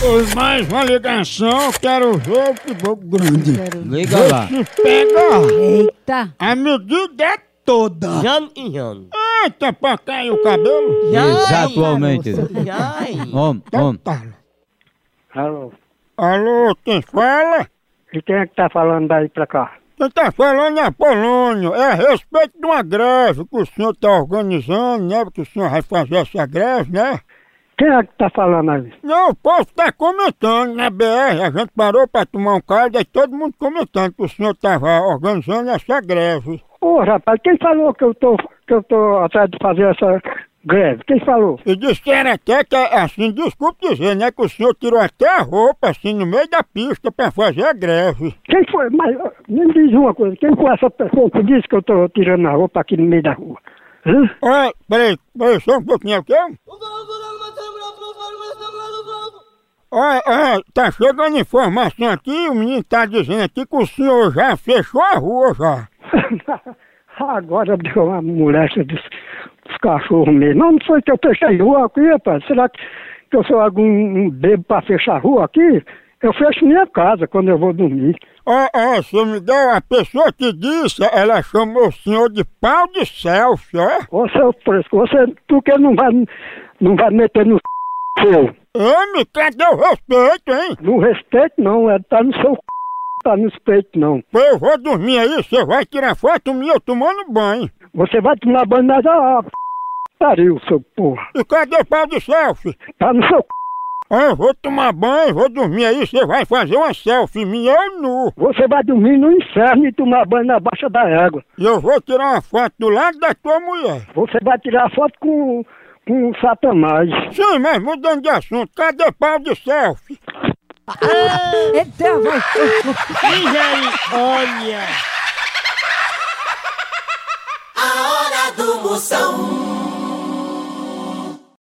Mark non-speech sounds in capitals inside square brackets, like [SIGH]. Temos mais uma ligação, quero ver que vou grande. Liga lá. Se pega, Eita! a medida é toda. Jam e jam. Eita, pra cair o cabelo. Exatamente. Jai. Homem, Então homem. tá. Alô. Alô, quem fala? E quem é que tá falando daí pra cá? Quem tá falando é Apolônio. É a respeito de uma greve que o senhor tá organizando, né? Porque o senhor vai fazer essa greve, né? Quem é que tá falando aí? Não, o povo tá comentando na BR. A gente parou pra tomar um caldo, aí todo mundo comentando que o senhor tava organizando essa greve. Ô, rapaz, quem falou que eu tô, que eu tô atrás de fazer essa greve? Quem falou? E disseram até que, assim, desculpe dizer, né? Que o senhor tirou até a roupa, assim, no meio da pista pra fazer a greve. Quem foi? Mas ó, me diz uma coisa, quem foi essa pessoa que disse que eu tô tirando a roupa aqui no meio da rua? Hã? [LAUGHS] Olha, peraí, peraí, só um pouquinho, o quê? Olha, olha, tá chegando informação aqui, o menino tá dizendo aqui que o senhor já fechou a rua já. Agora deu uma moléstia dos, dos cachorros mesmo. Não foi que eu fechei rua aqui, rapaz. Será que, que eu sou algum um bebo pra fechar a rua aqui? Eu fecho minha casa quando eu vou dormir. Ó, ó, senhor me deu, a pessoa que disse, ela chamou o senhor de pau de Celso, é? Ô seu fresco, você, tu que não vai, não vai meter no [LAUGHS] seu. Homem, cadê o respeito, hein? No respeito não, é, tá no seu tá no peito não. Pô, eu vou dormir aí, você vai tirar foto minha tomando banho. Você vai tomar banho nas ah, pariu, seu porra. E cadê o pau de Celso? Tá no seu Ó, eu vou tomar banho, vou dormir aí, você vai fazer uma selfie minha eu nu. você vai dormir no inferno e tomar banho na baixa da água. E eu vou tirar uma foto do lado da tua mulher. Você vai tirar foto com com o Satanás. Sim, mas mudando de assunto, cadê pau de selfie? Eita, vai! Misericórdia. A hora do Moção.